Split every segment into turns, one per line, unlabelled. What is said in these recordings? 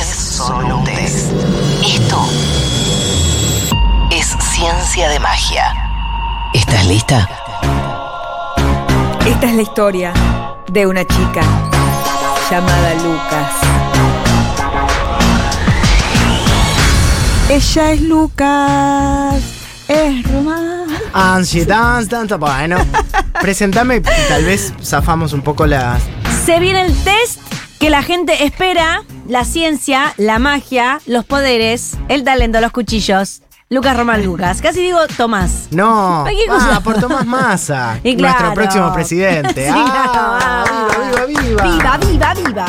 solo un test. Esto es ciencia de magia. ¿Estás lista?
Esta es la historia de una chica llamada Lucas. Ella es Lucas, es Román.
Angie, dance, dance, bueno. Presentame y tal vez zafamos un poco las.
Se viene el test que la gente espera. La ciencia, la magia, los poderes, el talento, los cuchillos. Lucas Román Lucas. Casi digo Tomás.
No,
Ay, qué cosa.
ah, por Tomás Massa,
Y
nuestro
claro.
próximo presidente.
Sí,
Ah,
claro,
viva, viva, viva.
Viva, viva, viva.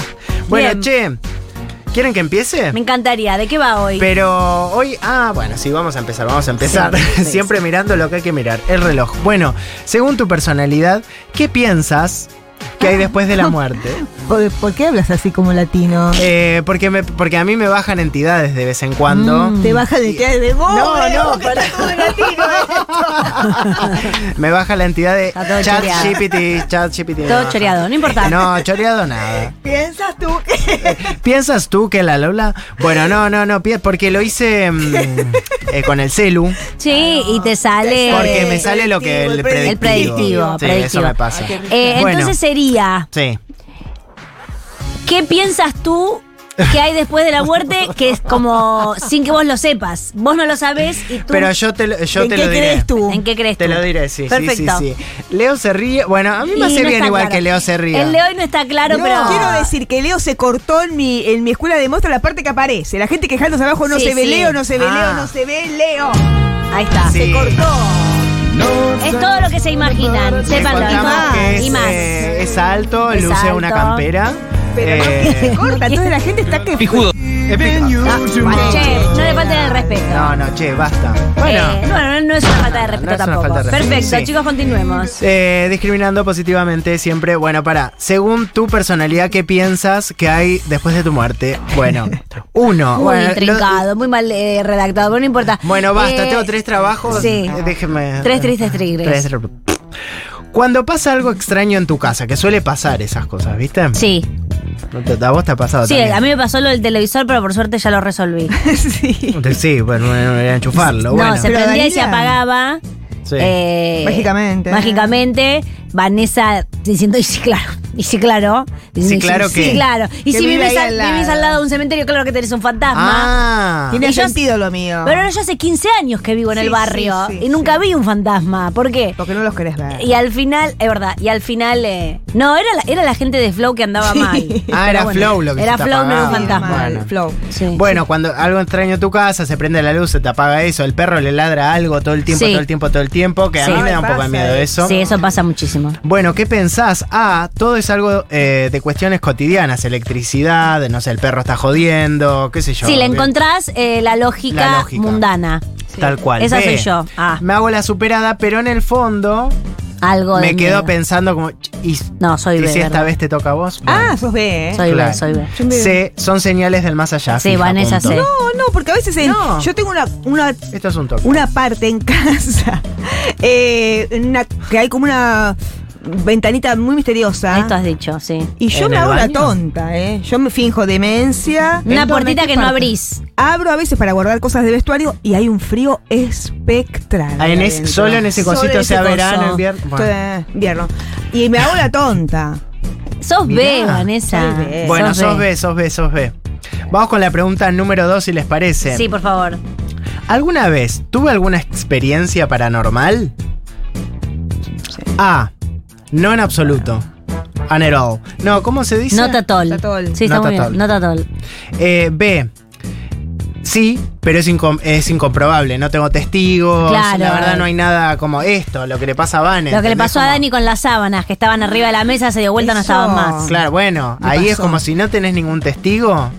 Bueno,
Bien.
che, ¿quieren que empiece?
Me encantaría. ¿De qué va hoy?
Pero hoy, ah, bueno, sí, vamos a empezar, vamos a empezar.
Sí, sí.
Siempre mirando lo que hay que mirar, el reloj. Bueno, según tu personalidad, ¿qué piensas que hay después de la muerte?
¿Por, por qué hablas así como latino?
Eh, porque, me, porque a mí me bajan entidades de vez en cuando.
Mm,
Te baja de qué de vos.
No, no,
para
me baja la entidad de
Está todo choreado.
ChatGPT, ChatGPT.
Todo
no.
choreado, no importa.
No, choreado nada.
piensas tú que
¿Piensas tú que la Lola? Bueno, no, no, no, pi- porque lo hice mm, eh, con el celu.
Sí, y te sale.
Porque me sale lo que el
Predictivo,
predictivo.
Eh, el predictivo,
Sí,
predictivo.
eso me pasa.
Eh,
Bueno,
Entonces sería,
sí.
¿qué piensas tú que hay después de la muerte que es como sin que vos lo sepas? Vos no lo sabés y tú
Pero yo te, lo- yo
¿En
te
qué
lo diré.
crees tú?
¿en qué crees
Te
tú?
lo diré, sí,
Perfecto.
sí, sí, sí. Leo se ríe. Bueno, a mí me
Y
hace
no
bien
está
igual
claro.
que Leo se ríe.
El de hoy no está claro,
No,
pero.
quiero decir que Leo se cortó en mi, en mi escuela de monstruos la parte que aparece. La gente quejándose abajo, no
Sí,
se ve
sí.
Leo, no se ve
Ah.
Leo, no se ve Leo.
Ahí está.
Sí.
Se cortó.
Es todo lo que se imaginan.
Le
Sépanlo. Y
contamos
más.
que es,
y más.
eh, es alto,
Es
luce una
alto.
campera.
Pero
eh,
se corta, entonces la gente está que.
es pijudo.
Ah, bueno, che, no le falten el respeto.
No, no, che, basta.
Eh,
Bueno.
bueno, no es una falta de respeto
no es una
tampoco.
falta de respeto,
Perfecto,
sí.
chicos, continuemos.
eh, discriminando positivamente siempre. Bueno, para. Según tu personalidad, ¿qué piensas que hay después de tu muerte? Bueno, uno.
Muy
bueno, lo-
intrincado, muy mal eh, redactado, pero no importa.
Bueno, basta,
Eh,
tengo tres trabajos.
sí.
Eh, Déjeme.
Tres tristes tigres.
Tres tr- Cuando pasa algo extraño en tu casa, que suele pasar esas cosas, ¿viste?
Sí,
No te- A vos te ha pasado
sí,
también.
a mí me pasó lo del televisor, pero por suerte ya lo resolví.
sí.
Te- Sí, bueno, bueno, era enchufarlo. bueno,
no, se
Pero
prendía y se
Daniela-
apagaba.
sí.
eh,
Mágicamente.
Mágicamente. Vanessa diciendo, y sí, claro. Y sí, claro. Diciendo,
Sí, claro
sí,
que-
claro. Y
Que
si
vive
vivís
ahí
al,
al lado.
vivís al lado de un cementerio, claro que tenés un fantasma.
ah,
Tiene
Y yo-
sentido lo mío.
Pero ahora yo hace 15 años que vivo en
Sí,
el
sí,
barrio
sí,
y nunca
sí.
vi un fantasma. ¿Por qué?
Porque no los querés ver.
Y al final, es verdad, y al final. eh, no, era la, era la gente de Flow que andaba mal.
Ah,
Pero
era
bueno,
Flow lo que
Era
se te
Flow, no era un
apagaba.
fantasma.
Bueno.
Mal, Flow.
Sí.
Bueno, cuando algo extraño en tu casa, se prende la luz, se te apaga eso, el perro le ladra algo todo el tiempo,
Sí.
todo el tiempo, todo el tiempo, que
Sí.
a mí me da un poco de
Pasa
miedo eso.
Sí, eso pasa muchísimo.
Bueno, ¿qué pensás? Ah, todo es algo eh, de cuestiones cotidianas, electricidad, no sé, el perro está jodiendo, qué sé yo.
si le
Bien.
encontrás eh, la, lógica
La lógica.
mundana,
Tal cual.
Esa soy
Ve,
yo. Ah.
Me hago la superada, pero en el fondo
algo de.
me quedo
miedo.
pensando como, "Ch, y,
No, soy
y
B.
si esta
¿verdad?
vez te toca a vos.
Ah,
Bueno.
sos B, ¿eh?
Soy B,
Claro.
soy B.
Yo me-
Se- son señales del más allá.
Sí,
fija,
Vanessa,
punto.
sí.
No, no, porque a veces en-
No.
yo tengo una, una,
Esto es un toque.
una parte en casa eh, en una- que hay como una ventanita muy misteriosa.
Esto has dicho, sí.
Y yo
¿En
me
el
hago la
baño?
tonta, ¿eh? Yo me finjo demencia.
Una
Entonces,
puertita
¿qué
que no
parte?
abrís.
Abro a veces para guardar cosas de vestuario y hay un frío espectral.
Ah, en
ahí
es-
adentro.
solo en ese
Solo
cosito,
ese
sea
coso.
verano, invierno. bueno.
Eh, Invierno. Y me hago la tonta.
Sos B,
Mirá,
Vanessa.
soy B.
Bueno, sos B, sos B, sos B. Vamos con la pregunta número dos, si les parece.
Sí, por favor.
¿Alguna vez tuve alguna experiencia paranormal? A. No en absoluto. An at all. No, ¿cómo se dice?
Nota tol.
Notatol.
Sí, está muy
Notatol.
bien. Nota tol.
Eh, B. Sí, pero es, incom- es incomprobable. No tengo testigos.
Claro.
La verdad no hay nada como esto, lo que le pasa a Van.
Lo que le
¿entendés?
pasó a
Como-
Dani con las sábanas, que estaban arriba de la mesa, se dio vuelta, no
Eso.
estaban más.
Claro, bueno,
Me
ahí es
pasó.
como si no tenés ningún testigo.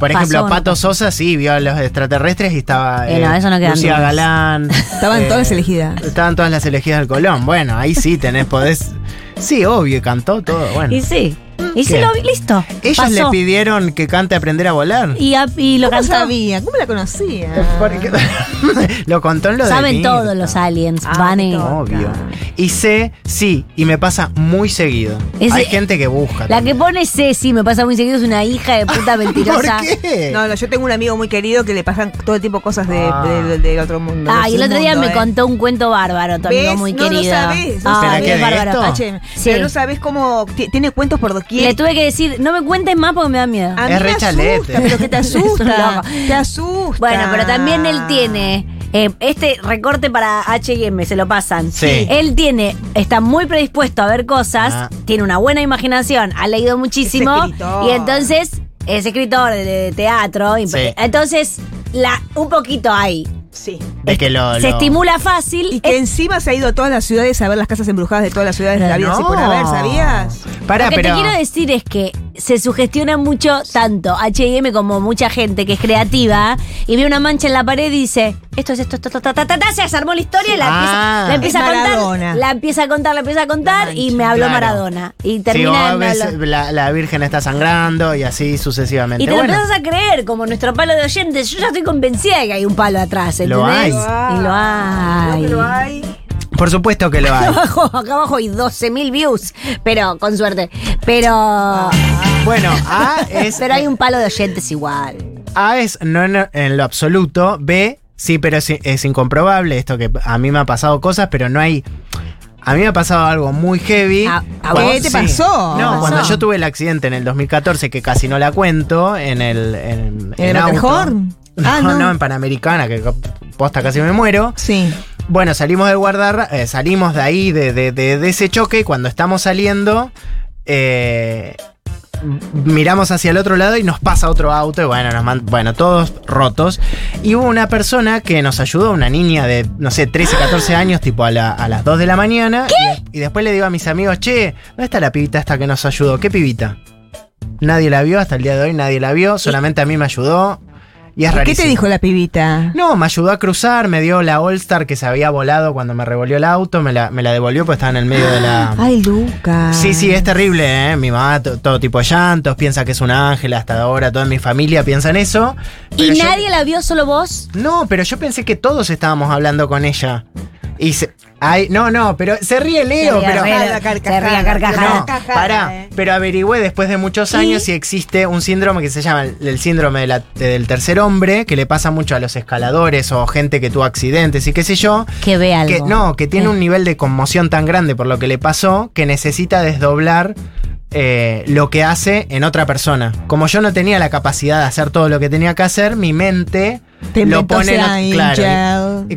Por
Pasó,
ejemplo,
no
Pato
pasó.
Sosa sí vio a los extraterrestres y estaba
Eh, no, eso no quedan
Lucía
dudas.
Galán. eh,
Estaban todas elegidas.
Estaban todas las elegidas del Colón. Bueno, ahí sí tenés, podés. Sí, obvio, y cantó todo. Bueno.
Y sí. Y sí,
¿Qué?
lo vi, listo.
Ellos
pasó.
le pidieron que cante Aprender a Volar.
Y, a- y lo
¿Cómo
cantó.
sabía? ¿Cómo la conocía?
Porque- lo contó en lo de
Saben
Mirta.
todos los aliens,
Ah,
Vane.
todo.
Obvio. Y sé, sí, y me pasa muy seguido.
Ese-
Hay gente que busca.
La que
también.
pone Ceci, me pasa muy seguido, es una hija de puta mentirosa.
¿Por qué?
No, no, yo tengo un amigo muy querido que le pasan todo el tiempo cosas de-
Ah.
de- del- del otro mundo.
Ah, y el
del
otro día
submundo,
me
eh.
contó un cuento bárbaro, tu amigo
¿Ves?
muy
No, no
querido.
sabés, no
Ah,
sabés.
qué
¿Pero qué, de
bárbaro.
esto?
Ah, che,
Sí.
Pero no sabes cómo. ti- Tiene cuentos por doquier.
Le tuve que decir, no me cuentes más porque me da miedo.
A mí
Es re
me
chalete.
asusta, pero que te
Es un
asusta.
loco.
te asusta.
Bueno, pero también él tiene eh, este recorte para H&M, se lo pasan.
Sí.
Él tiene, está muy predispuesto a ver cosas,
Ah.
tiene una buena imaginación, ha leído muchísimo
Es escritor.
y entonces es escritor de, de teatro. y-
Sí.
Entonces, la, un poquito ahí.
Sí.
De que lo,
Se
lo-
estimula fácil.
Y que encima se ha ido a todas las ciudades a ver las casas embrujadas de todas las ciudades de la vida,
No.
así por haber, ¿sabías?
Pará,
Lo que
pero.
te quiero decir es que se sugestiona mucho tanto H&M como mucha gente que es creativa y ve una mancha en la pared y dice esto es esto, esto, esto, ta, ta, ta, ta", se armó la historia y la empieza,
Ah.
la empieza
Es
a
Maradona.
contar, la empieza a contar, la empieza a contar y me habló
Claro.
Maradona y
Sí, o
termina
a
en me habló.
veces la, la Virgen está sangrando y así sucesivamente.
Y te
eh, Bueno,
lo empiezas a creer, como nuestro palo de oyentes. Yo ya estoy convencida de que hay un palo atrás, ¿entendés?
Lo hay.
Y lo hay.
Creo que lo hay.
por supuesto que lo hay.
Abajo, acá abajo hay 12.000 views, pero con suerte. Pero,
bueno, A Ah, es.
pero hay un palo de oyentes igual.
A es no en, en lo absoluto. B, sí, pero es, es incomprobable. Esto que a mí me ha pasado cosas, pero no hay. A mí me ha pasado algo muy heavy.
¿A- a
Cuando-
vos? ¿Qué te
No,
pasó? ¿Qué pasó?
cuando yo tuve el accidente en el 2014, que casi no la cuento, en el. ¿En,
¿En el
auto.
Matterhorn?
No,
Ah,
no,
no.
en Panamericana, que posta casi me muero.
Sí.
Bueno, salimos de guardar, eh, salimos de ahí, de, de- de- de ese choque, y cuando estamos saliendo, eh, m- miramos hacia el otro lado y nos pasa otro auto, y bueno, nos man- bueno, todos rotos. Y hubo una persona que nos ayudó, una niña de, no sé, 13, 14 años, tipo a, la- a las 2 de la mañana. Y, y después le digo a mis amigos, che, ¿dónde está la pibita esta que nos ayudó? ¿Qué pibita? Nadie la vio, hasta el día de hoy nadie la vio, solamente a mí me ayudó. Y es
¿Y ¿Qué te
rarísimo.
dijo la pibita?
No, me ayudó a cruzar, me dio la All Star que se había volado cuando me revolvió el auto, me la, me la devolvió pues estaba en el medio de la...
Ay, Lucas.
Sí, sí, es terrible, ¿eh? Mi mamá, to- todo tipo de llantos, piensa que es un ángel hasta ahora, toda mi familia piensa en eso. pero
¿Y
yo-
nadie la vio, solo vos?
No, pero yo pensé que todos estábamos hablando con ella. Y se... Ay, no, no, pero se ríe Leo,
ríe,
pero...
ríe.
Carcajada, carcajada.
Se ríe a carcajadas.
No, pará,
eh.
pero averigüé después de muchos años si existe un síndrome que se llama el, el síndrome de la- de- del tercer hombre, que le pasa mucho a los escaladores o gente que tuvo accidentes y qué sé yo,
Que ve algo.
que no, que tiene un nivel de conmoción tan grande por lo que le pasó que necesita desdoblar eh, lo que hace en otra persona. Como yo no tenía la capacidad de hacer todo lo que tenía que hacer, mi mente
Te
lo
inventó
pone en
ser
ot- claro, y-
angel.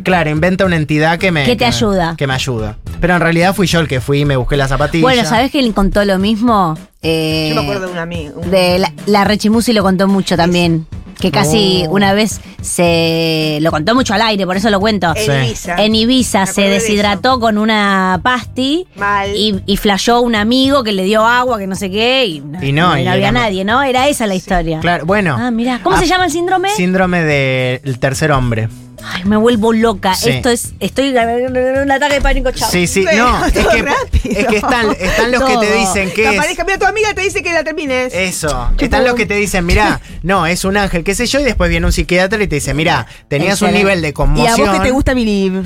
y claro, inventa una entidad que me
Que te
me-
ayuda.
que me ayuda. Pero en realidad fui yo el que fui, me busqué la zapatilla.
Bueno, ¿sabés quién contó lo mismo? Eh,
Yo me acuerdo de un amigo. un-
de la, la Rechimusi lo contó mucho también. Que casi
Oh.
una vez se. Lo contó mucho al aire, por eso lo cuento.
Eh,
En
Sí.
Ibiza.
En Ibiza
Me
se
acordé de
deshidrató con una pasti
Mal.
y, y flashó un amigo que le dio agua, que no sé qué, y,
Y no, y
había
era-
nadie, ¿no? Era esa la historia.
Claro, bueno.
Ah, mira, ¿cómo se
Ah,
llama el síndrome?
Síndrome del tercer hombre.
Ay, me vuelvo loca.
Sí.
Esto es. Estoy. Un ataque de pánico, chao.
Sí, sí,
Sí,
no, es
todo
que,
rápido.
es que están, están los que te
Todo.
dicen que
La
es- Eh,
pareja, mira, tu amiga te dice que la termines.
Eso. Están los que te dicen, mirá, no, es un ángel, qué sé yo, y después viene un psiquiatra y te dice, mirá, tenías un
Excelente.
nivel de
y a
conmoción.
vos que te gusta mi libro.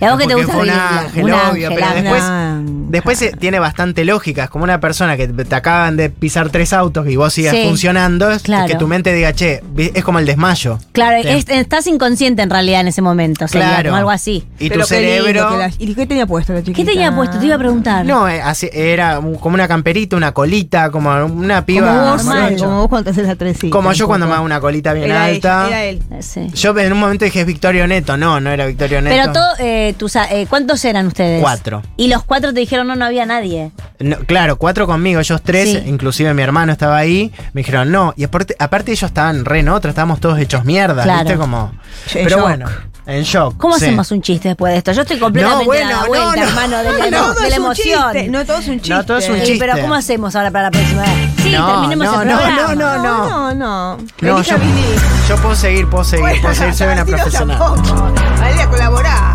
¿Y a vos qué te
Porque
gusta
fue un
vivirla?
ángel,
Un
obvio,
ángel,
pero
ángel.
después-
Nah.
Después eh, tiene bastante lógica, es como una persona que te te acaban de pisar tres autos y vos sigas
Sí.
funcionando, es
Claro.
que tu mente diga, che, vi- es como el desmayo.
Claro,
Sí.
es- estás inconsciente en realidad en ese momento, sería
Claro.
como algo así.
Y
Pero
tu
qué lindo
cerebro...
que la- ¿Y qué tenía puesto la chiquita?
¿Qué tenía puesto? Te iba a
Ah,
preguntar.
No, eh, así- era un- como una camperita, una colita, como una piba...
Como vos,
normal.
como vos cuando te haces la tresita.
Como yo cuando me hago
más
una colita bien
era
alta.
Ella, era él.
Eh, sí.
Yo en un momento dije es Victorio Neto, no, no era Victorio Neto.
Pero todo, eh, tus, a- eh, ¿cuántos eran ustedes?
Cuatro.
Y los cuatro te dijeron no, no había nadie.
No, claro, cuatro conmigo, ellos tres,
Sí.
inclusive mi hermano estaba ahí, me dijeron no, y aparte, aparte ellos estaban re en otra, estábamos todos hechos mierda,
Claro.
¿viste? Como,
En
pero
shock.
bueno, en shock.
¿Cómo
sí.
hacemos un chiste después de esto? Yo estoy completamente
No, bueno,
dada
no,
vuelta,
no.
hermano, de la,
No,
emo-
todo
de la
es un
emoción.
chiste. No, todo es un chiste.
No, todo es un
Sí,
chiste.
pero ¿cómo hacemos ahora para la próxima vez? Sí,
No,
terminemos
no,
el
no,
programa.
no, no, no.
No, no.
No, yo,
Elija
pues,
Billy.
yo puedo seguir, puedo seguir, puedo seguir, soy una
Tarantino
profesional.
tampoco. Valeria, colaborá.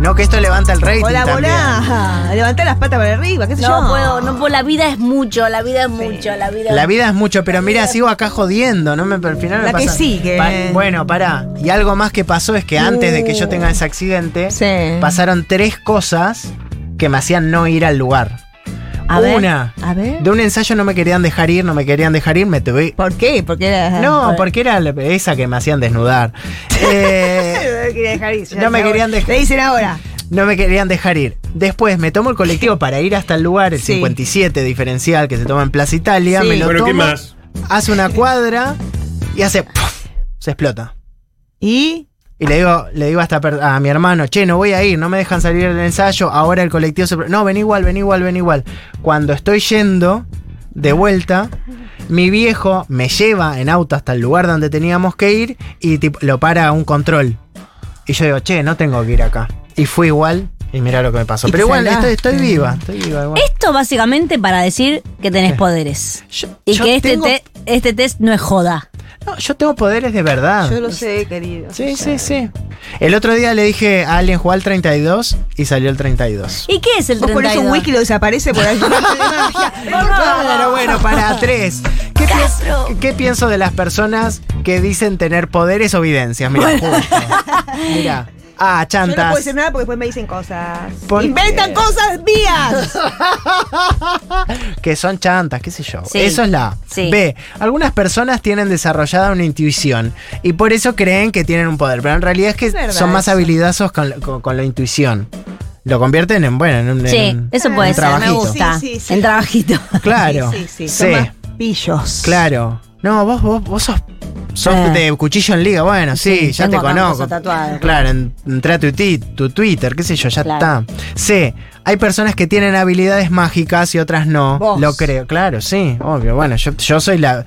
No, que esto levanta el rating.
Hola,
también.
volá. Levantá las patas para arriba, qué sé yo.
No puedo, no puedo. La vida es mucho, la vida es mucho, la vida
La vida es mucho, pero mira, sigo acá jodiendo, no me al final me
La que
pasa-
sigue.
Pa- bueno, pará. Y algo más que pasó es que antes de que yo tenga ese accidente,
Uh. Sí.
pasaron tres cosas que me hacían no ir al lugar.
A ver,
Una,
a ver.
de un ensayo no me querían dejar ir, no me querían dejar ir, me tuve.
¿Por qué? Porque era.
No, porque era la- esa que me hacían desnudar. Eh,
No me quería dejar ir, ya
No me
sé,
querían
ahora.
dejar-
Le dicen ahora.
No me querían dejar ir. Después me tomo el colectivo para ir hasta el lugar, el
Sí.
57 diferencial que se toma en Plaza Italia.
Sí.
Me lo
Bueno, ¿qué
tomo,
más?
Hace una cuadra y hace. ¡puf! se explota.
¿Y?
Y le digo, le digo hasta per- a mi hermano, che, no voy a ir, no me dejan salir del ensayo, ahora el colectivo se... pro- No, ven igual, ven igual, ven igual. Cuando estoy yendo de vuelta, mi viejo me lleva en auto hasta el lugar donde teníamos que ir y tipo, lo para un control. Y yo digo, che, no tengo que ir acá. Y fui igual y mirá lo que me pasó.
Y
Pero
te
igual, estoy,
salvaste.
estoy viva, estoy viva igual.
Esto básicamente para decir que tenés poderes.
Yo,
Y
yo
que este,
tengo,
te- este test no es joda.
no, yo tengo poderes de verdad.
Yo lo sé, querido.
Sí, sí, sí. El otro día le dije a alguien jugar al 32 y salió el 32.
¿Y qué es el
Vos ponés
32?
un wiki y lo desaparece por ahí.
Claro, bueno, para tres. ¿Qué, pi-
Castro.
qué pienso de las personas que dicen tener poderes o evidencias? Mira, Mira. Ah,
Yo no puedo
chantas.
decir nada porque después me dicen cosas.
¿Por
¡Inventan
Eh.
qué?
cosas mías!
que son chantas, qué sé yo.
Sí.
Eso es la A.
Sí.
B. Algunas personas tienen desarrollada una intuición y por eso creen que tienen un poder, pero en realidad es que
Es verdad
son más
eso.
habilidosos con, con- con la intuición. Lo convierten en, bueno, en un...
Sí,
en-
eso puede
un
ser,
trabajito.
me gusta.
Sí, sí, sí.
En trabajito.
Claro.
Sí, sí, sí.
C.
Son más pillos.
Claro. No, vos, vos, vos sos, sos
Eh.
de cuchillo en liga. Bueno, sí,
Sí,
ya te
tengo acá un
conozco.
coso tatuado.
Claro, en- entré a tu, ti- tu Twitter, qué sé yo, ya
Claro.
está. Sí, hay personas que tienen habilidades mágicas y otras no.
Vos.
Lo creo, claro, sí, obvio. Bueno, yo, yo soy la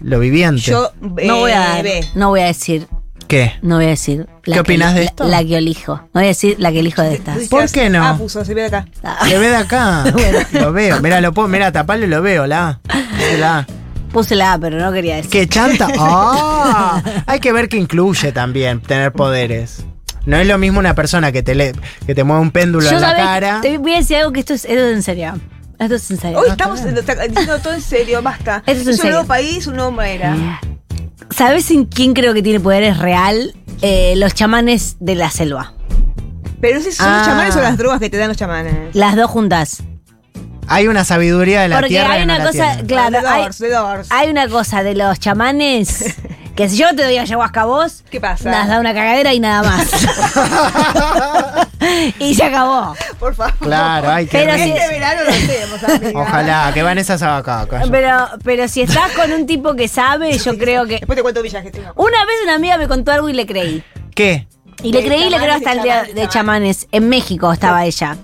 lo viviente.
Yo eh,
No voy a dar-
ve.
no voy a decir,
¿Qué?
no voy a decir. la
¿Qué
que-
opinás de
la-
esto?
La, que elijo. No voy a decir la que elijo de estas.
Dice
¿Por
así,
qué no?
Ah, puso, se ve acá.
Lo ve de acá. lo veo. Mira, lo puedo, mira, tapalo y lo veo, la. A. La. A.
Puse la A, pero no quería decir.
¡Qué chanta! ¡Ah! Hay que ver qué incluye también tener poderes. No es lo mismo una persona que te, le- que te mueve un péndulo en la
sabés-
cara.
Te voy a decir algo que esto es, esto es en serio. Esto es en serio.
Hoy estamos en- está- diciendo todo en serio, basta.
Eh, Eso es en
un
serio. Mm.
nuevo país, un nuevo era.
¿Sabes en quién creo que tiene poderes real? Eh, los chamanes de la selva.
Pero no sé si son
Ah.
los chamanes o las drogas que te dan los chamanes.
Las dos juntas.
Hay una sabiduría de la
Porque
tierra.
hay
que
una
no la
cosa,
tienen.
claro,
The
hay,
Doors, The Doors.
hay una cosa de los chamanes que si yo te doy ayahuasca a vos,
¿Qué pasa?
Nos da una cagadera y nada más. y se acabó.
Por favor.
Claro, hay que
Pero
ver.
sí.
Este verano lo hacemos, amiga.
Ojalá, que van esas abacacas.
Pero, pero si estás con un tipo que sabe, yo creo que.
Después te cuento Villas que tengo.
Una vez una amiga me contó algo y le creí.
¿Qué?
Y le
De
creí y le creo
chamanes,
hasta el
de
día
chamanes,
de
de
chamanes. En México estaba ella.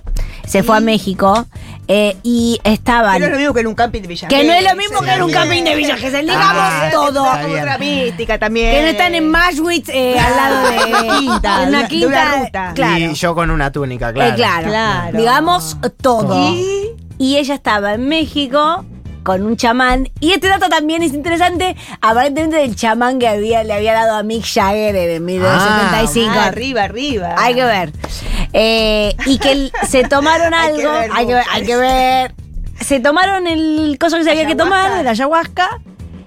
Se fue a México eh, y estaban.
Que no es lo mismo que en un camping de Villas.
Que no es lo mismo que en un camping de Villa
Villas.
Gesell, digamos
Ah,
todo.
está bien.
Otra mística también.
Que no están en Mashwitz eh, al lado de en
Quinta, de una-
una
de
quinta.
una ruta.
Claro.
Y yo con una túnica,
Eh,
claro.
claro.
Claro.
Digamos eh, todo.
Y-
Y ella estaba en México con un chamán. Y este dato también es interesante. Aparentemente del chamán que había, le había dado a Mick Jagger en el 1975.
Ah, arriba, arriba.
Hay que ver. Eh, y que el- se tomaron
Hay que
algo.
ver,
Hay que ver, hay que ver. Se tomaron el coso que se había que tomar, de la ayahuasca.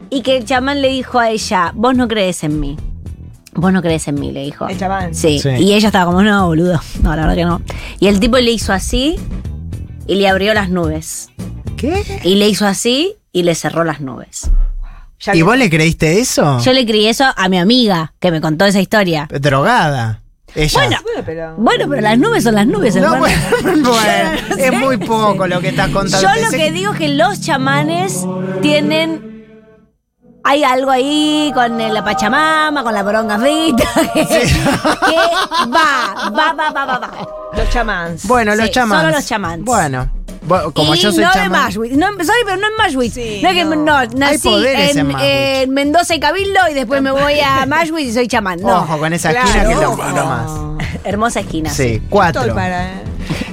Y que el chamán le dijo a ella: Vos no crees en mí. Vos no crees en mí, le dijo.
El chamán.
Sí.
Sí.
Y ella estaba como, no, boludo. No, la verdad que no. Y el tipo le hizo así y le abrió las nubes.
¿Qué?
Y le hizo así y le cerró las nubes.
Ya
¿Y
que-
vos le creíste eso?
Yo le crié eso a mi amiga que me contó esa historia.
Drogada. Ella.
Bueno,
Bueno, pero.
Bueno, pero las nubes son las nubes,
No,
hermano.
bueno, bueno,
Yo no sé.
es muy poco lo que estás contando.
Yo lo
Pensé
que digo es que los chamanes tienen. Hay algo ahí con la Pachamama, con la poronga frita. Que, que va, va, va, va, va, va.
Los chamans.
Bueno, los
Sí,
chamans.
solo los chamans.
Bueno, bo- como
y
yo soy
no de
chamán.
Mashwitz. No, sorry, pero no en Mashwitz.
Sí,
no, es que
no.
no, nací
poderes en
en,
Mashwitz.
en Mendoza y Cabildo y después me voy a Mashwitz y soy chamán. No.
Ojo con esa
Claro,
esquina que lo
ojo.
manda más.
Hermosa esquina.
Sí,
Estoy
cuatro.
para. eh.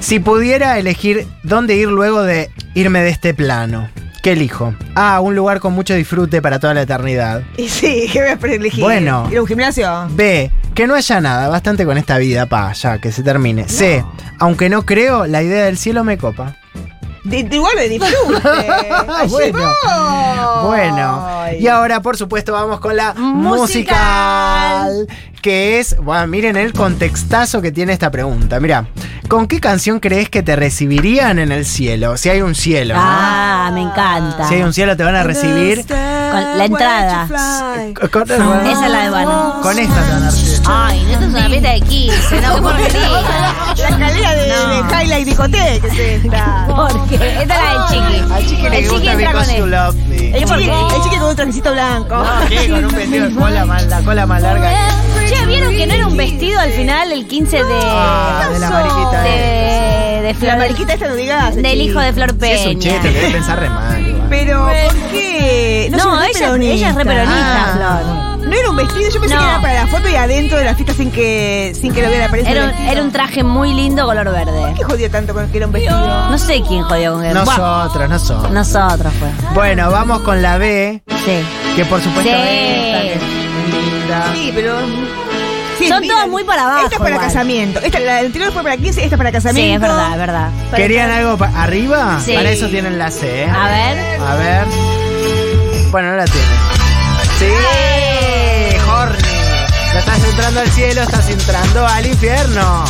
Si pudiera elegir dónde ir luego de irme de este plano, ¿qué elijo? Ah, un lugar con mucho disfrute para toda la eternidad.
Y sí, ¿qué voy a elegir?
Bueno.
¿Ir a un gimnasio?
B, Que no haya nada, bastante con esta vida, pa, ya, que se termine. C, aunque no creo, la idea del cielo me copa.
De- de- igual lo disfrute. Allí
Bueno.
voy.
Bueno, y ahora por supuesto vamos con la musical,
Musical.
que es, bueno, miren el contextazo que tiene esta pregunta. Mira, ¿con qué canción crees que te recibirían en el cielo? Si hay un cielo, ¿no?
Ah, me encanta.
Si hay un cielo te van a recibir.
Con la entrada.
Con, con-
Esa es la de Bano.
con esta Ah, te van a recibir.
Ay, no, esto es una fiesta de 15, no, qué porquería.
La escalera de, de Highlight Discoteque, que es esta.
Porque esta es la del chiqui.
Al chique le
El chiqui
gusta
entra con
Because You
él.
Love Me.
El chique, el chique con un trajecito blanco.
No, ¿qué? Con un vestido de cola más, la cola más larga. que-
Che, ¿vieron que no era un vestido al final el 15 de.
Ah, de la mariquita. eh.
de, de
La
Flor.
mariquita esta no digas.
del hijo de Flor
Si
Peña.
es un chete, debe pensar re mal. igual.
Pero, ¿por qué?
No,
se notó
ella, ella es re peronista, Flor.
No era un vestido, yo pensé
No.
que era para la foto y adentro de la fiesta sin que, sin que lo viera aparecer.
Era
el
un,
vestido.
era un traje muy lindo color verde.
¿Por qué jodió tanto con que era un vestido?
No sé quién jodió con él. Buah,
Nosotros, nosotros.
Nosotros fue.
Bueno, vamos con la B,
Sí.
que por supuesto
Sí.
esta, que es linda.
Sí, pero. sí,
Son
mira,
todas muy para abajo
Esta es para
igual.
casamiento. Esta, la anterior fue para 15, esta es para casamiento.
Sí, es verdad, es verdad.
¿Querían algo pa- arriba?
Sí.
Para eso tienen la C. ¿eh?
A ver.
A ver. Bueno, no la tienen. Sí, Jorge. No estás entrando al cielo, estás entrando al infierno.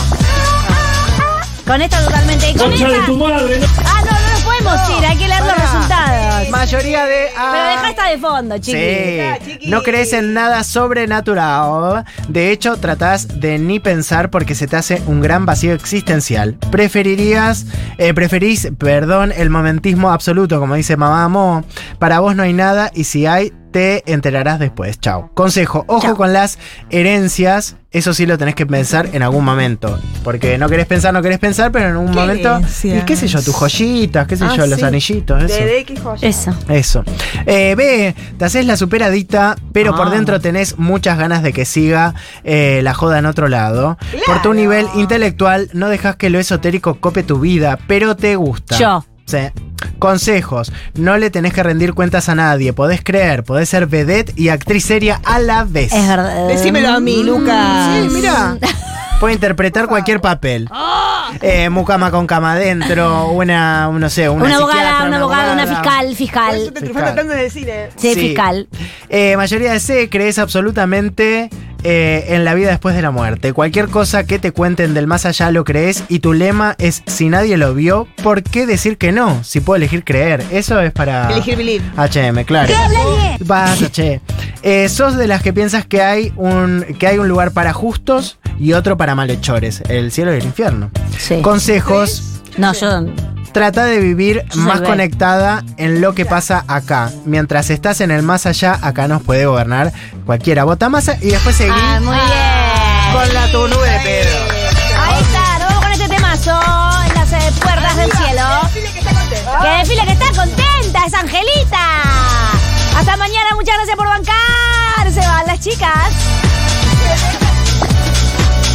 Con esta totalmente. y Con esta. Ah, no, no nos podemos ir. Hay que leer los
Pará.
resultados.
Mayoría de A.
Pero deja esta de fondo, chiqui.
Sí,
chiqui.
no crees en nada sobrenatural. De hecho, tratás de ni pensar porque se te hace un gran vacío existencial. Preferirías, eh, preferís, perdón, el momentismo absoluto, como dice mamá Mo. Para vos no hay nada y si hay, te enterarás después. Chao. Consejo, ojo con las herencias. Eso sí lo tenés que pensar en algún momento. Porque no querés pensar, no querés pensar, pero en un
¿Qué
momento.
herencias?
Y qué sé yo, tus joyitas, qué sé
Ah,
yo, los
sí.
anillitos, eso.
De de qué joya.
Eso.
Eso. Eh, B, te haces la superadita, pero por
Ah.
dentro tenés muchas ganas de que siga eh, la joda en otro lado. Por tu
Claro.
nivel intelectual, no dejas que lo esotérico cope tu vida, pero te gusta.
Yo.
Sí. Consejos, no le tenés que rendir cuentas a nadie, podés creer, podés ser vedette y actriz seria a la vez.
Es verdad. Mm.
Decímelo a mí, Lucas.
Sí, mira. Puede interpretar cualquier papel.
Ah.
Eh, mucama con cama adentro, una, no sé, una,
Una, abogada,
psiquiatra,
una abogada, una
abogada.
fiscal,
Por eso
fiscal.
te triunfaste tanto en el cine.
Sí,
Sí.
fiscal.
Eh, mayoría de C, crees absolutamente eh, en la vida después de la muerte. Cualquier cosa que te cuenten del más allá lo crees y tu lema es si nadie lo vio, ¿por qué decir que no? Si puedo elegir creer. Eso es para...
Elegir Believe.
HM, claro. Basta, che. Eh, sos de las que piensas que hay un que hay un lugar para justos y otro para malhechores, el cielo y el infierno.
Sí.
Consejos,
No, yo.
trata de vivir
Yo soy
más
B.
conectada en lo que pasa acá. Mientras estás en el más allá, acá nos puede gobernar cualquiera. Vota masa y después seguí
Ah, muy bien.
con la tu nube de pedo.
Ahí está, nos vamos con este temazo en las eh, puertas del cielo.
Dile que está contenta.
Que desfile que está contenta, es Angelita. Hasta mañana, muchas gracias por bancar. Se van las chicas.